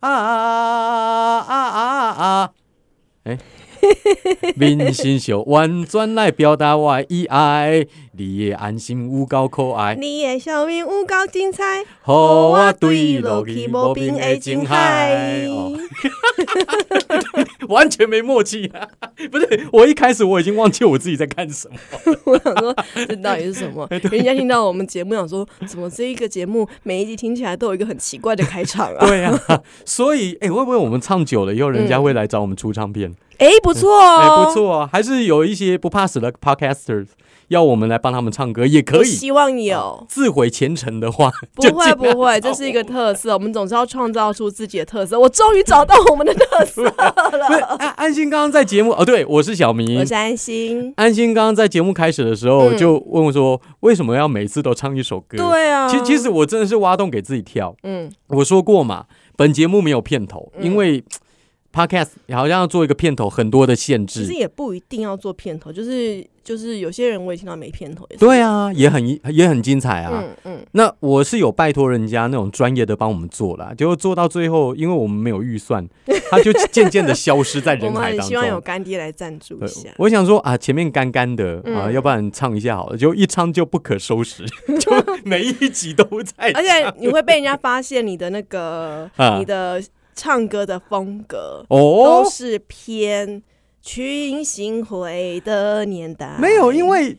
啊啊啊啊啊！ 哎，明星秀完全来表达我的意爱，你的安心有够可 爱，你的笑面有够精彩，互互我我坠坠落落去去无无边边的的情情海海。哦完全没默契 啊！不是，我一开始我已经忘记我自己在干什么。我想说， 这到底是什么？人家听到我们节目，想说，怎么这一个节目每一集听起来都有一个很奇怪的开场 啊？对啊，所以哎、会不会我们唱久了以后，人家会来找我们出唱片？哎，不错哎、哦，不，错啊，还是有一些不怕死的 podcaster 要我们来帮他们唱歌，也可以。希望有。自毁前程的话，不就哦会不会，这是一个特色，我们总是要创造出自己的特色。我终于找到我们的特色不是了。安安心刚刚在节目哦，对我是小明我。是安心，安心刚刚在节目开始的时候嗯就问我说，为什么要每次都唱一首歌？、对啊，其其实我真的是挖洞给自己跳。嗯，我说过嘛，本节目没有片头，因为 podcast 好像要做一个片头，很多的限其实制。也不一定要做片头，就是就是有些人我也听到没片头也是，对啊，也很也很精彩啊。嗯嗯，那我是有拜托人家那种专业的帮我们做啦，结果做到最后，因为我们没有预 算，它就渐渐的消失 在我人们海很当希望有中。干爹来赞助一对下，。我想说啊，前面干干的啊，嗯要不然唱一下好了，就一唱就不可收 拾，就每一集都在而且你会被人家发现你的那个、 啊你的唱歌的风格哦都，是偏群星会的年代，没有，因为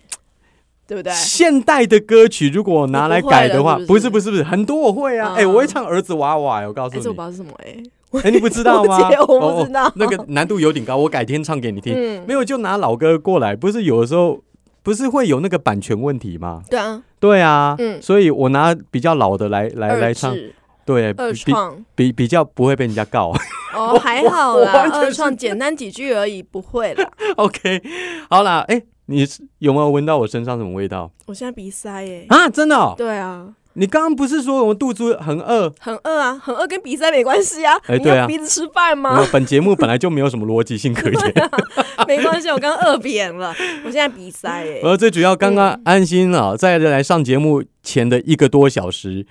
对不对？现代的歌曲如果拿来改的话，你不不会了是是不不是不是很多我会啊，嗯哎、我会唱儿子娃娃，我告诉哎，这我不你，知道是什么哎、哎、你不知道吗？ 我不哦知道哦那个难度有点高，我改天唱给你听。嗯，没有就拿老歌过来，不是有的时候不是会有那个版权问题吗？对啊，对啊，嗯所以我拿比较老的来来二来唱，制对，二比创比比较不会被人家告。哦，还好我完啦，全是二创简单几句而已，不会啦。 OK，好啦，哎、你是有没有闻到我身上什么味道我现在鼻塞哎、啊？真的、哦，对啊，你刚刚不是说我肚子很饿？很饿啊，很饿跟鼻塞没关系啊，哎你对啊用鼻子吃 饭吗？没有本节目本来就没有什么逻辑性可 言。 没关系，我刚刚饿扁了，我现在鼻塞哎、而最主要，刚刚安心啊，在来上节目前的一个多小时，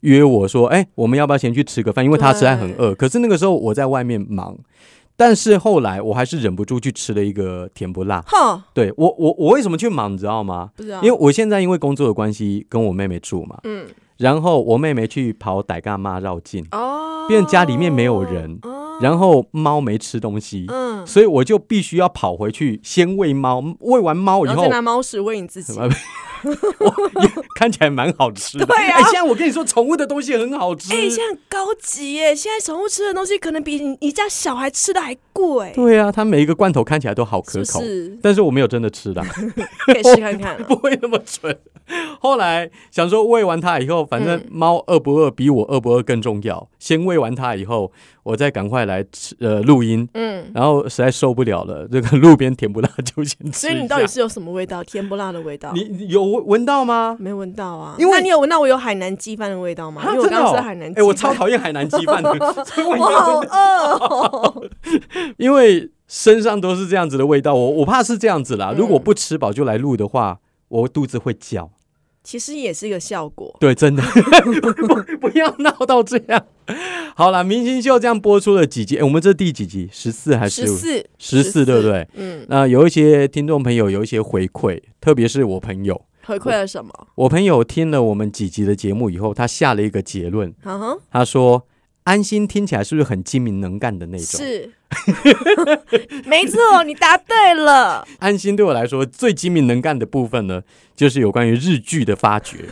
约我说，哎、我们要不要先去吃个饭？因为他实在很饿。可是那个时候我在外面忙，但是后来我还是忍不住去吃了一个甜不辣。哼，对我，我我为什么去忙，你知道吗？不知道，因为我现在因为工作的关系跟我妹妹住嘛，嗯然后我妹妹去跑傣干妈绕境，哦，变家里面没有人哦，然后猫没吃东西，嗯，所以我就必须要跑回去先喂猫，喂完猫以然后后呃再拿猫屎喂你自己什，么？我也看起来蛮好吃的。 对啊哎，现在我跟你说，宠物的东西很好吃。哎、现在很高级耶，现在宠物吃的东西可能比你你家小孩吃的还贵，对啊，它每一个罐头看起来都好可是口，不是？但是我没有真的 吃的，可以试看 看啊不会那么蠢。后来想说喂完它以后，反嗯正猫饿不饿比我饿不饿更重要。先喂完它以后，我再赶快来吃呃录音。嗯，然后实在受不了了，这个路边甜不辣就先吃一下。所以你到底是有什么味道？甜不辣的味道？你你有闻闻到吗？没闻到啊？因为那你有闻到我有海南鸡饭的味道吗？啊因为我真的刚刚哦吃海南鸡哎，饭，我超讨厌海南鸡饭 的，所以我应该我好闻饿、哦，因为身上都是这样子的味道，我我怕是这样子啦。嗯如果不吃饱就来录的话，我肚子会叫。其实也是一个效果。对， 真的，不不要闹到这样。好啦，明星秀这样播出了几集？诶我们这第几集？十四还是十十五？四，十四，对不对？嗯，那有一些听众朋友有一些回馈，特别是我朋友，回馈了什么？我朋友听了我们几集的节目以后，他下了一个结论，嗯哼，他说：“安心听起来是不是很精明能干的那种？”是， 没错，你答对了。安心对我来说最精明能干的部分呢，就是有关于日剧的发 掘。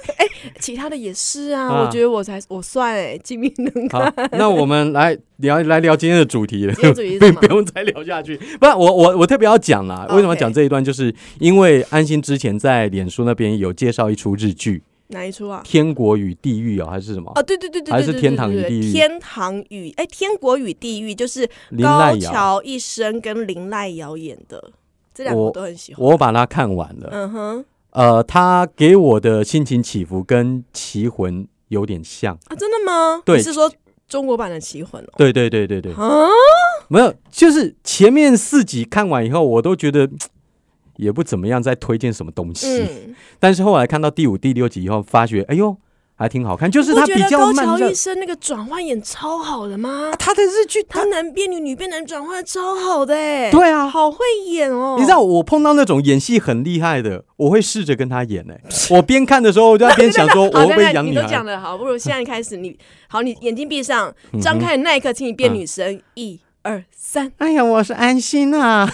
其他的也是啊，啊我觉得我才我算哎，精明能干。好，那我们来聊来聊今天的主 题了，今天主题是不 什么不用再聊下去。不然我我我特别要讲啦， OK 为什么要讲这一段？就是因为安心之前在脸书那边有介绍一出日剧哪一出啊？《天国与地狱》哦，还是什么？哦，对对对对，还对是对天堂与对对对地狱天堂与哎，天国与地狱就是林高濑遥，桥一生跟林濑遥演的，这两个我我都很喜欢。我把它看完了。嗯哼，呃，他给我的心情起伏跟《棋魂》有点像。啊，真的吗？对你是说中国版的《棋魂》哦？对对对对对。啊，没有，就是前面四集看完以后，我都觉得嘖也不怎么样，在推荐什么东西。嗯，但是后来看到第五、第六集以后，发觉，哎呦，还挺好看，就是不它觉比得较高慢桥热医。生那个转换演超好的吗？他的日剧，他男变女，女变男，转换得超好的哎、对啊好会演哦。你知道我碰到那种演戏很厉害的，我会试着跟他演 哎、我边看的时候，我就在边想说，我好，会不会那养啊你女都讲孩？了，好，不如现在开始你， 好，你眼睛闭上，嗯张开的那一刻，请你变女神，一二三， 哎呀，我是安心啊！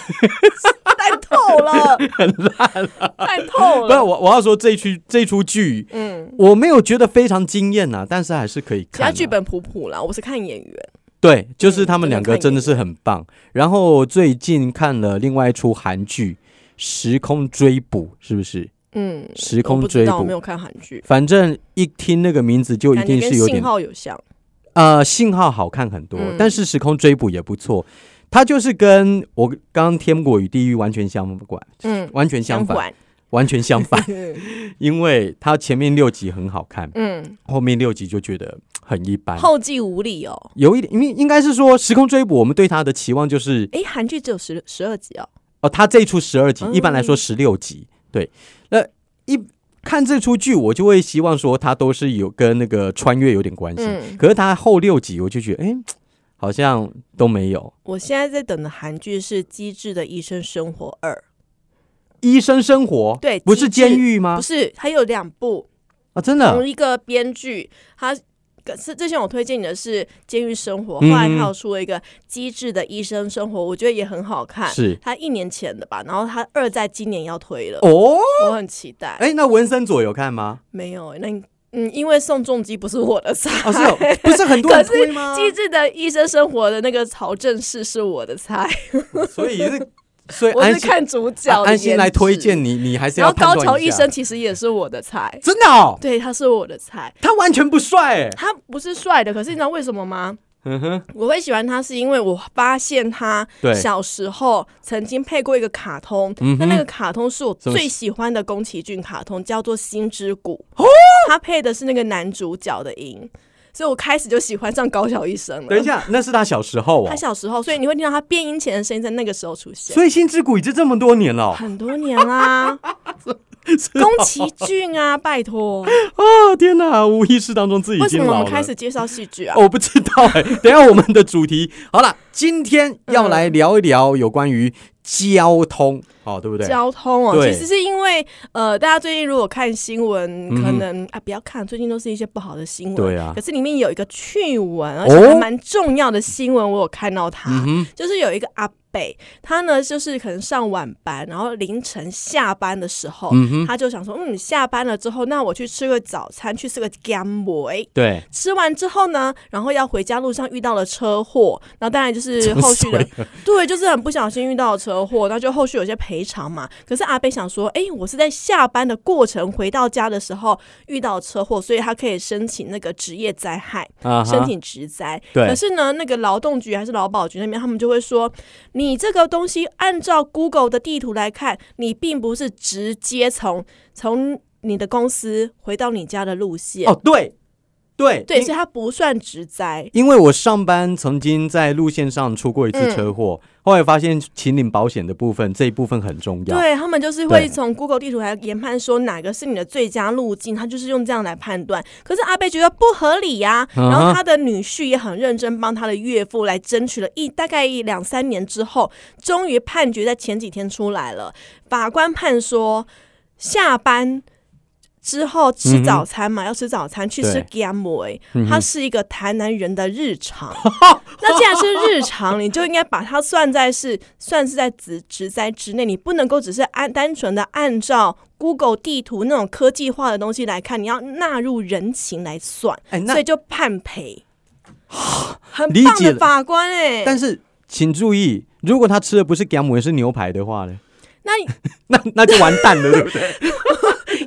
烂透 了，很烂，烂透不是了。我，我要说这一出这一出剧，嗯，我没有觉得非常惊艳呐，但是还是可以其看、他啊。剧本普普啦，我是看演员，对，就是嗯他们两个真的是很棒。然后最近看了另外一出韩剧《时空追捕》，是不是？嗯，时我空不追知道，我捕没，有看韩剧，反正一听那个名字就一感觉定跟是有信点号有像，呃，信号好看很多，嗯但是时空追捕也不错。它就是跟我刚刚《天国与地狱》完全相反，嗯，完全相相反，反，。完全相反 嗯因为它前面六集很好看， 嗯，后面六集就觉得很一般。后继无力哦。有一点，因为应该是说《时空追捕》，我们对它的期望就是诶，韩剧只有十十二集哦，哦，他这一出十二集，嗯一般来说十六集。对，那一看这出剧，我就会希望说它都是有跟那个穿越有点关系。嗯，可是它后六集，我就觉得，哎、好像都没有。我现在在等的韩剧是《机智的医生生活二》，医生生活，对不是机智监狱吗不？是，它有两部，啊，真同的，一个编剧，他可是之前我推荐你的是《监狱生活》，嗯后来他有出了一个《机智的医生生活》，我觉得也很好看。是他一年前的吧，然后他二在今年要推了，哦。我很期待。哎、那文森佐有看吗？没有，那你嗯，因为宋仲基不是我的菜，哦， 是有，不是很多人可是推吗？机智的医生生活》的那个曹正奭是我的菜，所以 是，所以我哎安是心看主角的安心颜来值推。荐你，你还是然要后高判桥断一医下生。其实也是我的菜，真的哦，对，他是我的菜。他完全不帅哎、他不是帅的，可是你知道为什么吗？嗯哼，我会喜欢他是因为我发现他对小时候曾经配过一个卡通，嗯那哼那个卡通是我什么最喜欢的宫崎骏卡通，叫做《星之谷》。哦他配的是那个男主角的音，所以我开始就喜欢上高桥医生了。等一，下，那是他小时候哦。他小时候，所以你会听到他变音前的声音在那个时候出现，所以《星之谷》已经这么多年了哦，很多 年啦。宫崎骏啊，拜托，哦 天哪！无意识当中 自己已为什经么我老们了。开始介绍戏剧啊？哦我不知道哎、 等一下我们的主题好了，今天要来聊一聊有关于交通，哦，对不对？交通哦，对其实是因为呃，大家最近如果看新闻，嗯哼可能、啊不要看，最近都是一些不好的新闻。对啊哦可是里面有一个趣闻，而且还蛮重要的新闻，我有看到它，嗯哼，就是有一个阿北，他呢就是可能上晚班，然后凌晨下班的时候，嗯哼，他就想说，嗯，下班了之后，那我去吃个早餐，去吃个干杯。 对，吃完之后呢，然后要回家路上遇到了车祸，然后当然就是后续的真， 对，就是很不小心遇到了车祸，那就后续有些赔偿嘛。可是阿贝想说，哎，我是在下班的过程回到家的时候遇到车祸，所以他可以申请那个职业灾害，啊哈申请职灾。对可是呢，那个劳动局还是劳保局那边，他们就会说，你这个东西按照 Google 的地图来看，你并不是直接从从你的公司回到你家的路线。哦，对，对，对，因所以它不算职灾。因为我上班曾经在路线上出过一次车祸，嗯后来发现请领保险的部分这一部分很重要。对他们就是对会从 Google 地图来研判说哪个是你的最佳路径，他就是用这样来判断。可是阿贝觉得不合理呀、嗯哼然后他的女婿也很认真帮他的岳父来争取了一大概一两三年之后，终于判决在前几天出来了，法官判说下班。之后吃嗯哼早餐嘛，要吃早餐，去吃对 g a m o 嗯哼它是一个台南人的日 常。那既然是日常，你就应该把它算在是算是在职职灾之内，你不能够只是按单纯的按照 Google 地图那种科技化的东西来看，你要纳入人情来算，哎，那所以就判 赔。很理棒解的了法官哎、但是请注意，如果他吃的不是姜母，是牛排的话呢， 那那那就完蛋了，对不对？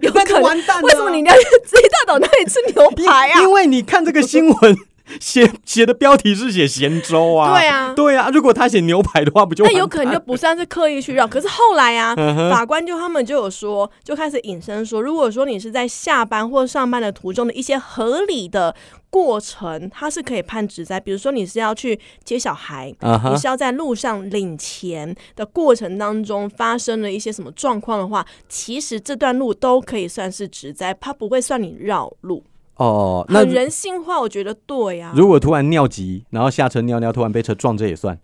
有那就 可能完蛋了啊。为什么你一定要去 这一大早那里吃牛排啊因？为你看这个新闻 写写的标题是写咸粥啊，对啊对啊。如果他写牛排的话，不就那完哎有可能就不算是刻意去绕。可是后来啊，嗯法官就他们就有说，就开始引申说，如果说你是在下班或上班的途中的一些合理的过程，它是可以判职灾。比如说你是要去接小孩。啊你哈是要在路上领钱的过程当中发生了一些什么状况的话，其实这段路都可以算是职灾，它不会算你绕路。哦，那很人性化，我觉得对啊呀、如果突然尿急，然后下车尿尿，突然被车撞，这也算。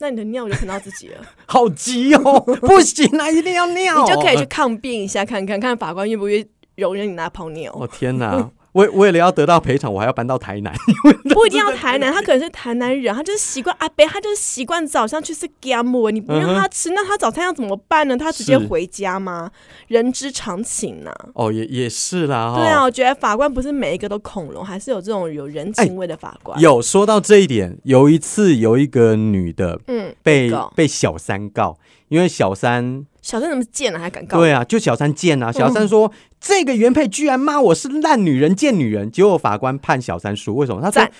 那你的尿就喷到自己了，好急 哦，不行啊，一定要尿。你就可以去抗辩一下，看看看法官愿不愿意容忍你拿泡尿。 哦天哪！为为了要得到赔偿，我还要搬到台南。不一定要台南，他可能是台南人，他就是习惯阿啊北，他就是习惯早上去吃 g a m 你不让他吃，那他早餐要怎么办呢？他直接嗯是回家吗？人之常情呐、哦，也也是啦、哦。对啊，，我觉得法官不是每一个都恐龙，还是有这种有人情味的法官。哎有说到这一点，有一次有一个女的嗯，被告被小三告，因为小三小郑怎么贱了、还敢告？嗯对啊，就小三贱啊，小三说、这个原配居然骂我是烂女人、贱女人，结果法官判小三输，为什么？他说赞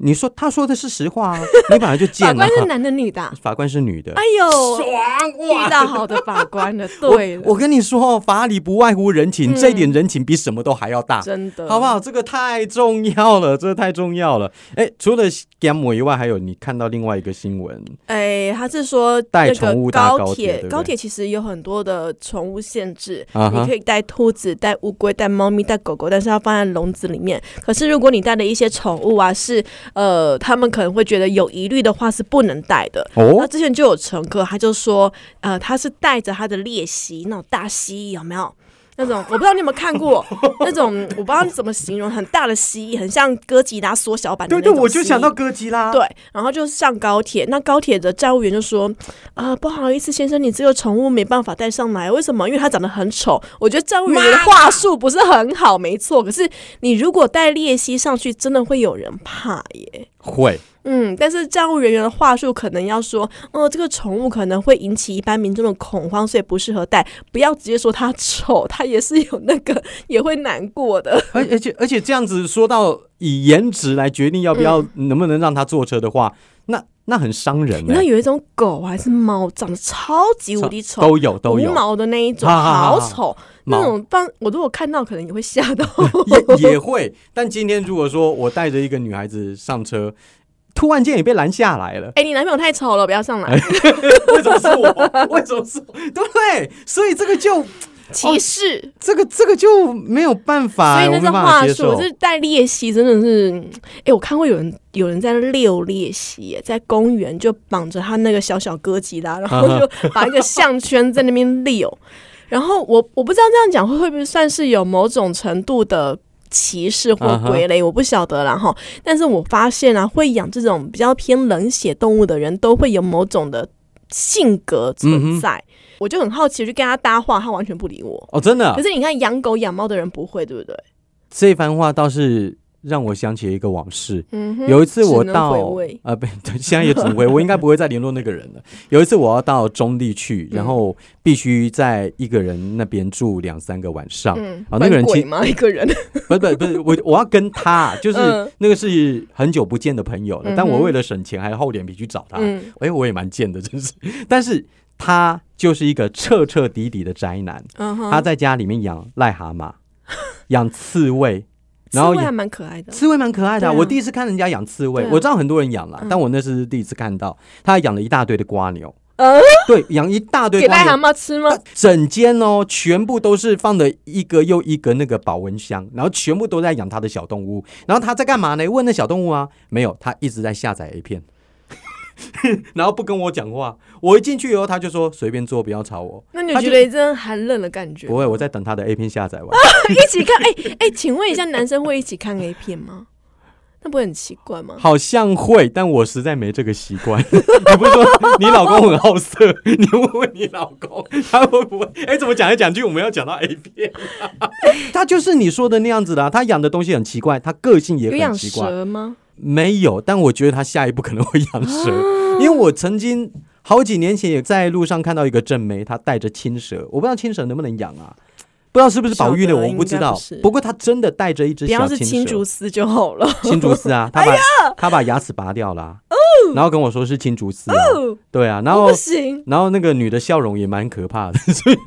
你说他说的是实话啊， 你本来就法贱啊官。是男的女的啊、 法官是女的，哎呦，爽遇！到好的法官了，对 了我跟你说哦，法理不外乎人情，这一点人情比什么都还要大。嗯真的好不？好？这个太重要了，这个太重要了。哎，除了 gam 以外，还有你看到另外一个新闻，哎，他是说带那宠物个搭高高铁对铁，不对高铁其实有很多的宠物限制，啊哈你可以带兔子、带乌龟、带猫咪、带狗狗，但是要放在笼子里面。可是如果你带的一些宠物啊，是呃，他们可能会觉得有疑虑的话，是不能带的。那哦，之前就有乘客，他就说，呃，他是带着他的鬣蜥，那种大蜥蜴有没有？那种我不知道你有没有 看过，那种我不知道怎么形容，很大的蜥蜴，很像哥吉拉缩小版的对那对，种蜥蜴。我就想到哥吉拉。对，然后就上高铁，那高铁的站务员就说：“啊、不好意思，先生，你这个宠物没办法带上来，为什么？因为它长得很丑。”我觉得站务员的话术不是很好，没错。可是你如果带鬣蜥上去，真的会有人怕耶。会嗯，但是站务人员的话术可能要说，哦、这个宠物可能会引起一般民众的恐慌，所以不适合带。不要直接说它丑，它也是有那个也会难过的。而而且而且这样子说到以颜值来决定要不要、嗯能不能让他坐车的话，那那很伤人你哎、知道有一种狗啊还是猫，长得超级无敌丑，都有都有无，毛的那一种，啊啊啊啊好丑，那毛种放我如果看到可能也会吓到。 也也会。但今天如果说我带着一个女孩子上车，突然间也被拦下来 了，哎、你男朋友太丑了，不要上哎来，为什么是我？为什么是我？对不对？所以这个就歧视。这个这个就没有办法，所以那哎我没是办法话接术，受。这带鬣蜥真的是，哎、我看过有人有人在遛鬣蜥，在公园就绑着他那个小小哥吉拉，然后啊就把一个项圈在那边遛。然后我我不知道这样讲会会不会算是有某种程度的歧视或嗯哼归类，我不晓得啦哈。但是我发现啊，会养这种比较偏冷血动物的人都会有某种的性格嗯存在。我就很好奇，我就跟他搭话，他完全不理我。哦，真的可，是你看，养狗养猫的人不会，对不对？这番话倒是让我想起一个往事。嗯哼有一次我只能到回味呃，不， 对现在也只能回，我应该不会再联络那个人了。有一次我要到中立去，嗯然后必须在一个人那边住两三个晚上。嗯，啊那个人鬼其吗？一个人， 不不不是，我我要跟他，就是嗯那个是很久不见的朋友了，但嗯我哼为了省钱还厚脸皮去找他。哎、嗯，我也蛮贱的，真是。但是他就是一个彻彻底底的宅男，嗯哼，他在家里面养癞蛤蟆，养刺猬，然刺后猬也还蛮可爱的，刺猬蛮可爱的啊、对啊我第一次看人家养刺猬，对啊我知道很多人养啦，嗯但我那是第一次看到，他还养了一大堆的瓜牛，呃对，养一大堆给瓜癞蛤牛。蟆吃吗它？整间哦，全部都是放了一个又一个那个保温箱，然后全部都在养他的小动物。然后他在干嘛呢？问那小动物啊，没有，他一直在下载 A 片， 然后不跟我讲话。我一进去以后，他就说随便坐，不要吵我。那你它有就觉得一阵寒冷的感觉？不会，我在等他的 A 片下载完。 一起看，哎、哎、请问一下，男生会一起看 A 片吗？那不会很奇怪吗？ 好像会，但我实在没这个习惯。 你不是说你老公很好色？你问问你老公，他会不会？ 哎、怎么讲来讲去，我们要讲到 A 片、 他就是你说的那样子的、啊，他养的东西很奇怪，他个性也有很养奇怪。蛇吗？没有，但我觉得他下一步可能会养蛇，啊因为我曾经好几年前也在路上看到一个正妹，她带着青蛇，我不知道青蛇能不能养啊。不知道是不是保育的，不晓得我不知道应该不是。不过她真的带着一只不小要青是蛇，青竹丝就好了。 青竹丝啊，他哎把、他把牙齿拔掉了啊、然后跟我说是青竹丝、啊，哦，对啊，然我后不行， 然后那个女的笑容也蛮可怕的，所以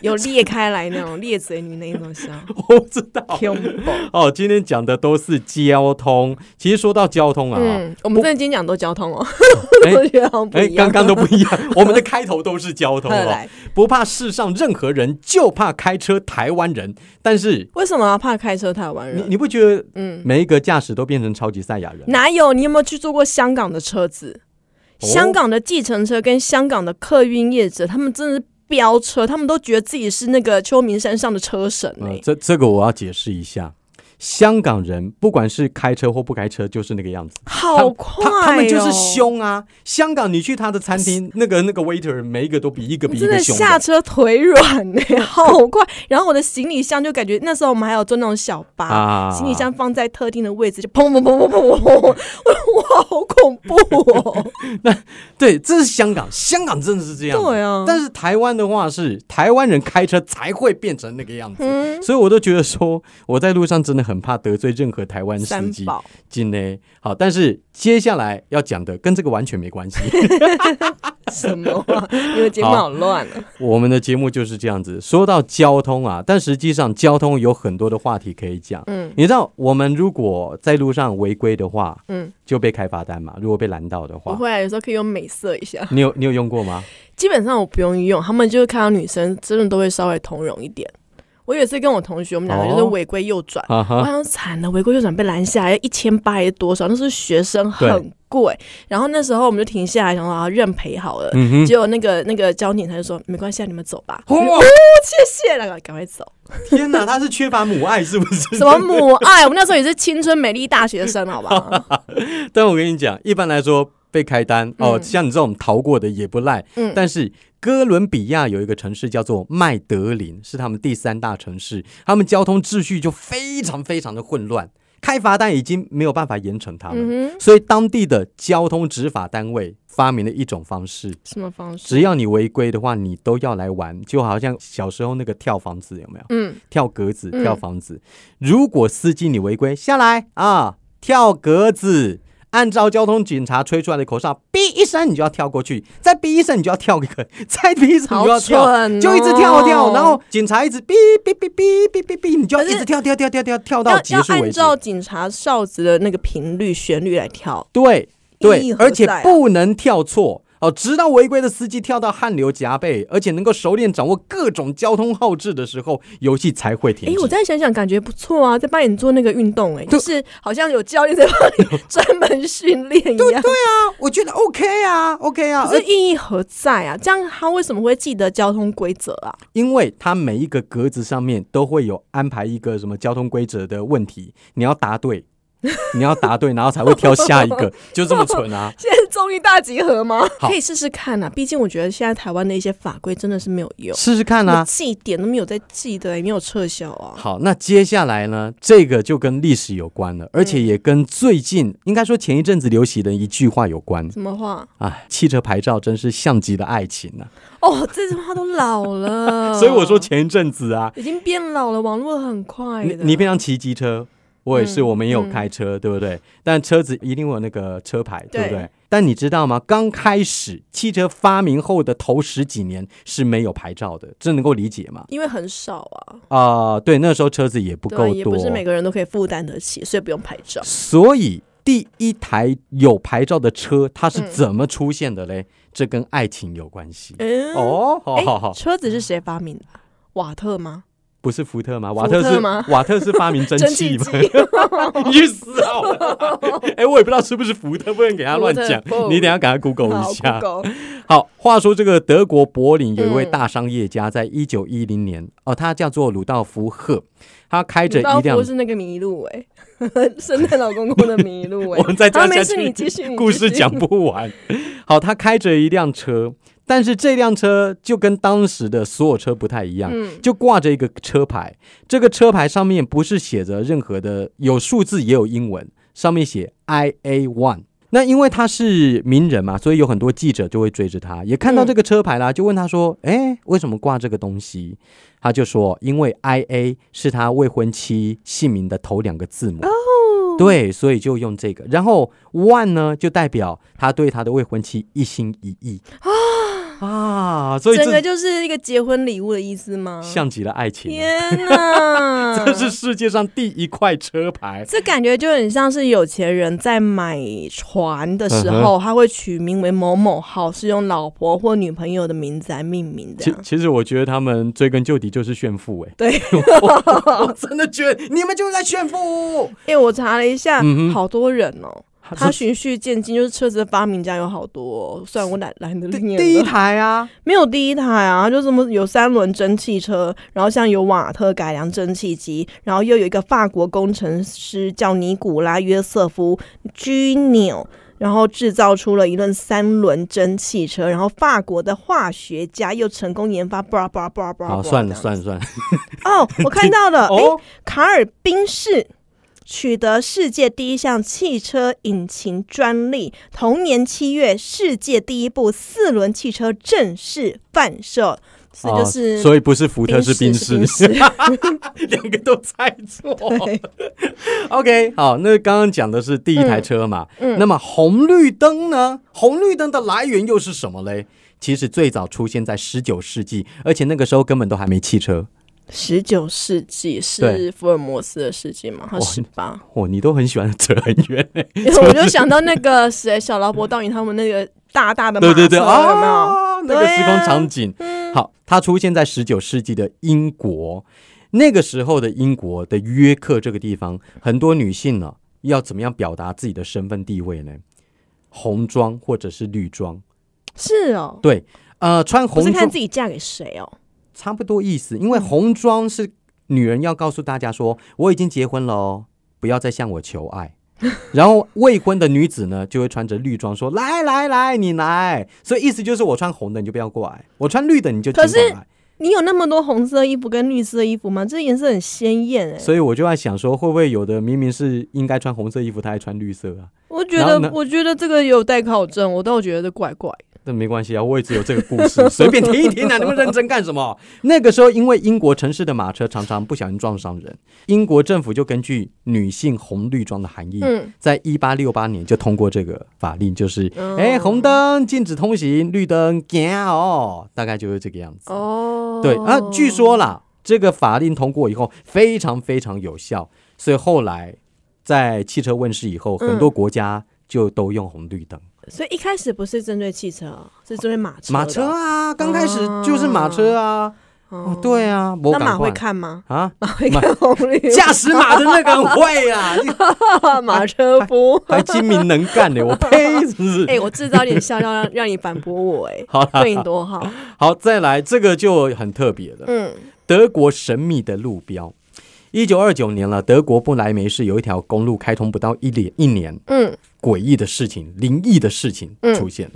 有裂开来那种裂嘴女那 种东西啊。我不知道。 Combo 哦，今天讲的都是交通。其实说到交通啊，嗯，我们真的今天讲都交通哦，哎我觉得好像 不哎，一样。刚刚都不一样，我们的开头都是交通快哦 来。，不怕世上任何人，就怕开车台湾人。但是为什么要怕开车台湾你人？你不觉得嗯，每一个驾驶都变成超级赛亚人？哪有？你有没有去坐过香港的车子？哦香港的计程车跟香港的客运业者，他们真的是飙车，他们都觉得自己是那个秋名山上的车神哎、呃，这这个我要解释一下。香港人不管是开车或不开车，就是那个样子。好快、哦他他们就是。凶啊！香港，你去他的餐厅，那个那个 waiter 每一个都比一个比一真的个凶下车腿软呢、好快！然后我的行李箱就感觉那时候我们还有做那种小巴，啊行李箱放在特定的位置，就砰砰砰砰砰砰砰，我我好恐怖哦！对，这是香港，香港真的是这样。对啊但是台湾的话是台湾人开车才会变成那个样子，嗯所以我都觉得说我在路上真的很怕得罪任何台湾司三机。宝，进呢，好，但是接下来要讲的跟这个完全没关系。什么、啊？你们节目好好乱啊！我们的节目就是这样子。说到交通啊，但实际上交通有很多的话题可以讲。嗯你知道，我们如果在路上违规的话，嗯，就被开罚单嘛。如果被拦到的不话，会啊，有时候可以用美色一下。你有你有用过吗？基本上我不用用，他们就是看到女生，真的都会稍微通融一点。我有一次跟我同学，我们两个就是哦违规右转，啊我哈，想惨了，违规右转被拦下来，要一千八还是多少？那时候学生很贵，然后那时候我们就停下来，想说啊认赔好了。嗯哼。结果那个那个交警他就说没关系，啊，你们走吧，哦，谢谢了，赶快走。天哪，他是缺乏母爱是不是？什么母爱？我们那时候也是青春美丽大学生，好 吧？但我跟你讲，一般来说被开单哦，嗯像你这种逃过的也不赖。嗯但是哥伦比亚有一个城市叫做麦德林，是他们第三大城市，他们交通秩序就非常非常的混乱，开罚单已经没有办法严惩他们。嗯哼，所以当地的交通执法单位发明了一种方式，什么方式？只要你违规的话，你都要来玩，就好像小时候那个跳房子有没有？嗯，跳格子、嗯跳房子。如果司机你违规下来啊，跳格子，按照交通警察吹出来的口哨，哔一声你就要跳过去，再哔一声你就要跳一个， 再哔一声你就好要蠢、跳。哦，就一直跳跳，然后警察一直哔哔哔哔哔哔哔，你就要可是一直跳跳跳跳跳跳要哦到结要束为按止。照警察哨子的那个频率、旋律来跳。对意对义，何而且在啊不能跳错哦，直到违规的司机跳到汗流浃背，而且能够熟练掌握各种交通号志的时候，游戏才会哎、停止。我再想想，感觉不错啊，在帮你做那个运动、哎，对就是好像有教练在 帮你专门训练一样。啊我觉得 OK 啊，OK 啊，可是意义何在啊？这样他为什么会记得交通规则啊？ 因为它每一个格子上面都会有安排一个什么交通规则的问题，你要答 对，你要答对，然后才会挑下一 个，就这么蠢 啊！现在是综艺大集合吗？好可以试试看啊，毕竟我觉得现在台湾的一些法规真的是没有用，试试看什么啊。记点都没有在记的、也欸没有撤销啊。好，那接下来呢？这个就跟历史有关了，而且也跟最近应该说前一阵子流行的一句话有关。什么话？哎，汽车牌照真是像极了爱情啊！哦，这句话都老了。 所以我说前一阵子啊，已经变老了，网络很快你的。你平常骑机车，我也是，嗯我们也有开车，对不对？但车子一定会有那个车牌，对不对对？但你知道吗？刚开始汽车发明后的头十几年是没有牌照的，这能够理解吗？因为很少啊，啊、对，那时候车子也不对够啊，多，也不是每个人都可以负担得起，所以不用拍照。所以第一台有牌照的车，它是嗯怎么出现的嘞？这跟爱情有关系。嗯，哦，好哎好好，车子是谁发明的？啊 瓦特吗？不是福特吗？福瓦特特是吗瓦 特是发明蒸汽吗？ 机， 你去死啊！哎、我也不知道是不是福特，不能给他乱讲福特。你等一下给他 Google 好一下。 Google 好，话说这个德国柏林有一位嗯大商业家，在一九一零年哦，他叫做鲁道夫·赫，他开着鲁道一辆夫。是那个麋鹿哎， 圣诞老公公的麅鹿哎。 我们再好讲没下事，去，你继 续。你故继续事讲不完。好，他开着一辆车，但是这辆车就跟当时的所有车不太一样，嗯就挂着一个车牌。这个车牌上面不是写着任何的，有数字也有英文，上面写 I A One。那因为他是名人嘛，所以有很多记者就会追着他，也看到嗯这个车牌啦，就问他说：“哎，为什么挂这个东西？”他就说：“因为 I A 是他未婚妻姓名的头两个字哦母。”对，所以就用这个。然后 one 呢，就代表他对他的未婚妻一心一意。啊，所以整个这就是一个结婚礼物的意思吗？像极了爱情啊，，天 哪这是世界上第一块车牌。这感觉就很像是有钱人在买船的时嗯候，他会取名为某某号，是用老婆或女朋友的名字来命名的其。其实我觉得他们追根究底就是炫富、哎，对， 我真的觉得你们就是在炫 富。因为哎我查了一下，嗯哼好多人哦，他这循序渐进，就是车子的发明家有好多、哦，虽然我懒 懒得第念了第一台啊，没有第一台啊，就什么有三轮蒸汽车，然后像有瓦特改良蒸汽机，然后又有一个法国工程师叫尼古拉约瑟夫居纽。然后制造出了一辆三轮蒸汽车，然后法国的化学家又成功研发，bra bra bra bra。好，算了算了算了。哦，我看 到了，诶哦，卡尔宾士取得世界第一项汽车引擎专利，同年七月，世界第一部四轮汽车正式贩售，所以哦就是、所以不是福特是宾宾士，士，宾 士两个都猜 错。对 OK，好，那刚刚讲的是第一台车嘛，嗯嗯那么红绿灯呢？红绿灯的来源又是什么嘞？其实最早出现在十九世纪，而且那个时候根本都还没汽车。十九世纪对是福尔摩斯的世纪吗？还哇是 吧？哦，你都很喜欢扯很 远、欸，因为我就想到那个谁，小劳勃道尼他们那个大大的马对对对车啊，有没有？那个对啊嗯时空场景，好，它出现在十九世纪的英国。那个时候的英国的约克这个地方，很多女性呢、要怎么样表达自己的身份地位呢？红装或者是绿装，是哦，对，呃，穿不红是看装自己嫁给谁哦。差不多意思，因嗯为红装是女人要告诉大家说，我已经结婚了哦，不要再向我求爱。 然后未婚的女子呢，就会穿着绿装说：“来来来，你来。”所以意思就是我穿红的你就不要过来，我穿绿的你就尽可是管来。你有那么多红色衣服跟绿色衣服吗？这颜色很鲜艳哎、所以我就在想说，会不会有的明明是应该穿红色衣服，他还穿绿色啊？我觉然后呢得，我觉得这个有待考证，我倒觉得怪怪。那没关系啊，我也只有这个故 事，随便听一听啊，你们认真干什么？ 那个时候，因为英国城市的马车常常不小心撞伤人，英国政府就根据女性红绿装的含义，嗯，在一八六八年就通过这个法令，就是嗯哎、红灯禁止通行，绿灯行哦，大概就是这个样子。哦对啊，据说啦，这个法令通过以后非常非常有效，所以后来在汽车问世以后，嗯很多国家就都用红绿灯。所以一开始不是针对汽车，是针对马车。哦马车，啊，刚开始就是马车啊，哦，对啊，我那赶马快会看吗？啊，马 会看红绿灯，驾驶马的那个人会啊，你马车夫。 还精明能干呢，我呸，是不是？ 哎、我制造点笑料让让你反驳我、哎， 好啦对你 多好。好，再来这个就很特别了，嗯，德国神秘的路标。一九二九年了，德国不莱梅市有一条公路开通不到一年，一年嗯，诡异的事情、灵异的事情嗯出现了。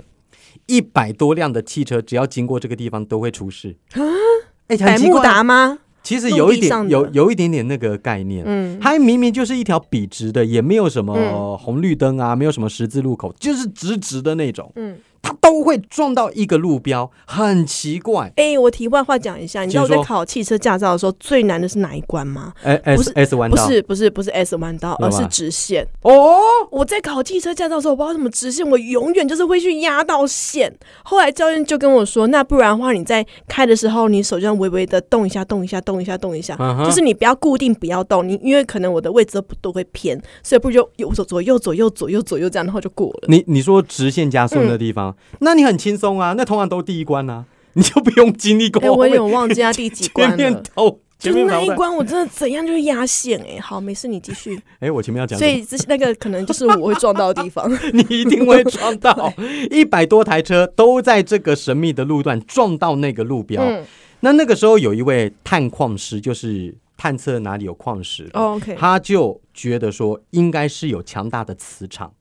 一百多辆的汽车只要经过这个地方都会出事哎、很啊百奇慕怪达吗？其实有一陆地上点的有有一点点那个概念，嗯，它明明就是一条笔直的，也没有什么嗯红绿灯啊，没有什么十字路口，就是直直的那种，嗯，它都会撞到一个路标，很奇怪。哎、我题外话讲一下，你知道我请在说考汽车驾照的时候最难的是哪一关吗？哎不，S 是 S 弯不道是，不是，不是 S 弯道，而干是嘛直线。哦，我在考汽车驾照的时候，我不知道什么直线，我永远就是会去压到线。后来教练就跟我说，那不然的话，你在开的时候，你手这样微微的动一下，动一下，动一下，动一下，嗯哼就是你不要固定，不要动，你因为可能我的位置都不都会偏，所以不如就右左左右左右左右左右这样，然后就过 了。你你说直线加嗯速那地方，那你很轻松啊，那通常都第一关啊，你就不用经历过哎、后我有面点忘记他第几前关面了。头就前是面那一头的。关，我真的怎样就是压线哎、好，没事，你继续。哎，我前面要讲什所么，以这那个可能就是我会撞到的 地方。你一定会 撞到一百多台车都在这个神秘的路段撞到那个路标。嗯那那个时候有一位探矿师，就是探测哪里有矿石，哦，OK，他就觉得说应该是有强大的磁场。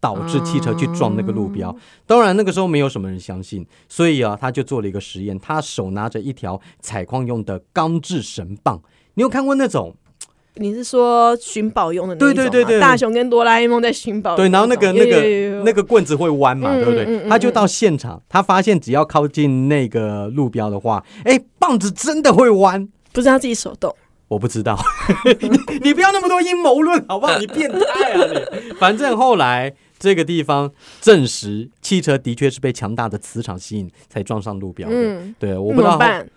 导致汽车去撞那个路哦标，当然那个时候没有什么人相信，所以啊，他就做了一个实验，他手拿着一条采矿用的钢制绳棒，你有看过那种？你是说寻宝用的那一种对吗对对对大雄跟哆啦 A 梦在寻宝的对，一种。然后那个那哦有有有个有那个棍子会弯嘛，对嗯不嗯对？嗯他就到现场，他发现只要靠近那个路标的话，哎，棒子真的会弯，不是他自己手动，我不知道， 你你不要那么多阴谋论好不好？你变态啊你！反正后来这个地方证实汽车的确是被强大的磁场吸引才撞上路标的。嗯，对，我怎不知么道，办？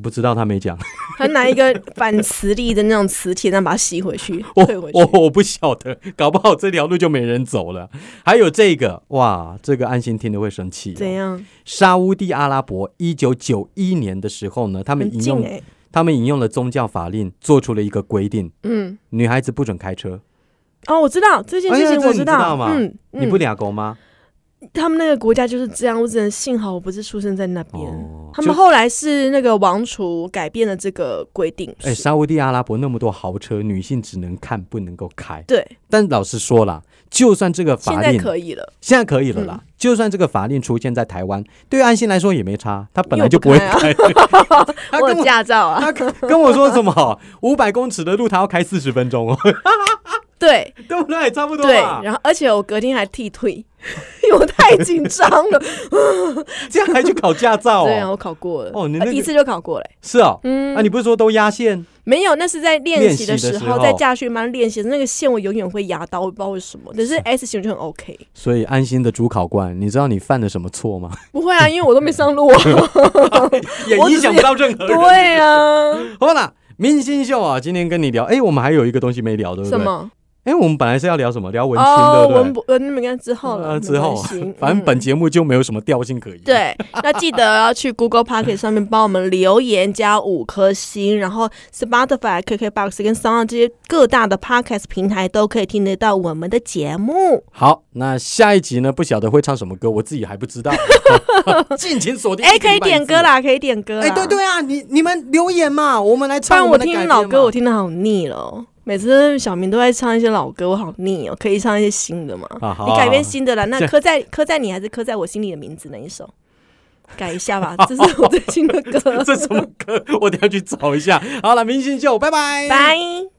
不知道他没 讲，他拿一个反磁力的那种磁铁，然后把它吸 回去，我退回去。我我不晓得，搞不好这条路就没人走了。还有这个，哇，这个安心听了会生气、哦怎？样？沙乌地阿拉伯一九九一年的时候呢，他们很引近用、哎、他们引用了宗教法令，做出了一个规定，嗯，女孩子不准开车。哦，我知道这件哎事呀情，这我你知道。道嘛嗯，你不嗯俩狗吗？他们那个国家就是这样，我只能幸好我不是出生在那边。哦他们就后来是那个王储改变了这个规定，哎，沙乌地阿拉伯那么多豪车，女性只能看不能够开。对，但老实说啦，就算这个现法在令可以了，现在嗯可以了啦，就算这个法令出现在台湾，对安心来说也没差，他本来就不会开。 他我跟有我驾照啊，他跟跟我说什么？五百公尺的路他要开四十分钟哦， 对，对不对？差不多对吧，。然后而且我隔天还剃退， 因为我太紧张了。这样还去考驾照对 啊，哦？我考过了，呃哦你那个一次就考过了、是哦，嗯，啊，你不是说都压线？没有，那是在练习的练习的时时候候，在驾训班练习的时候那个线，我永远会压到，我不知道为什么。但是 S 型我就很 OK，所以安心的主考官，你知道你犯了什么错吗？不会啊，因为我都没上 路啊。也我只影响不到任何人。对啊，好啦，明星秀啊，今天跟你聊，哎，我们还有一个东西没聊，对不什对？么？哎，我们本来是要聊什么？聊文青，哦，对文不对？博，呃，那么跟之后了，呃之后没关系， 反正嗯本节目就没有什么调性可言。对，那记得要去 Google p o c k e t 上面帮我们留言加五颗星，然后 Spotify、KKBox 跟 s o n 这些各大的 Podcast 平台都可以听得到我们的节目。好，那下一集呢？不晓得会唱什么歌，我自己还不知 道。敬请锁定。哎、可以点歌。啦，可以点歌啦。哎，对，对啊，你你们留言嘛，我们来不然唱。我们来改听编老嘛歌，我听的好腻了哦。每次小明都在唱一些老歌，我好腻哦。可以唱一些新的吗？啊好啊你改编新的啦。那这刻在刻在你还是刻在我心里的名字那一首，改一下吧。这是 。我最新的歌 这什么歌？我等一下去找一下。好了，明星秀，拜拜。拜。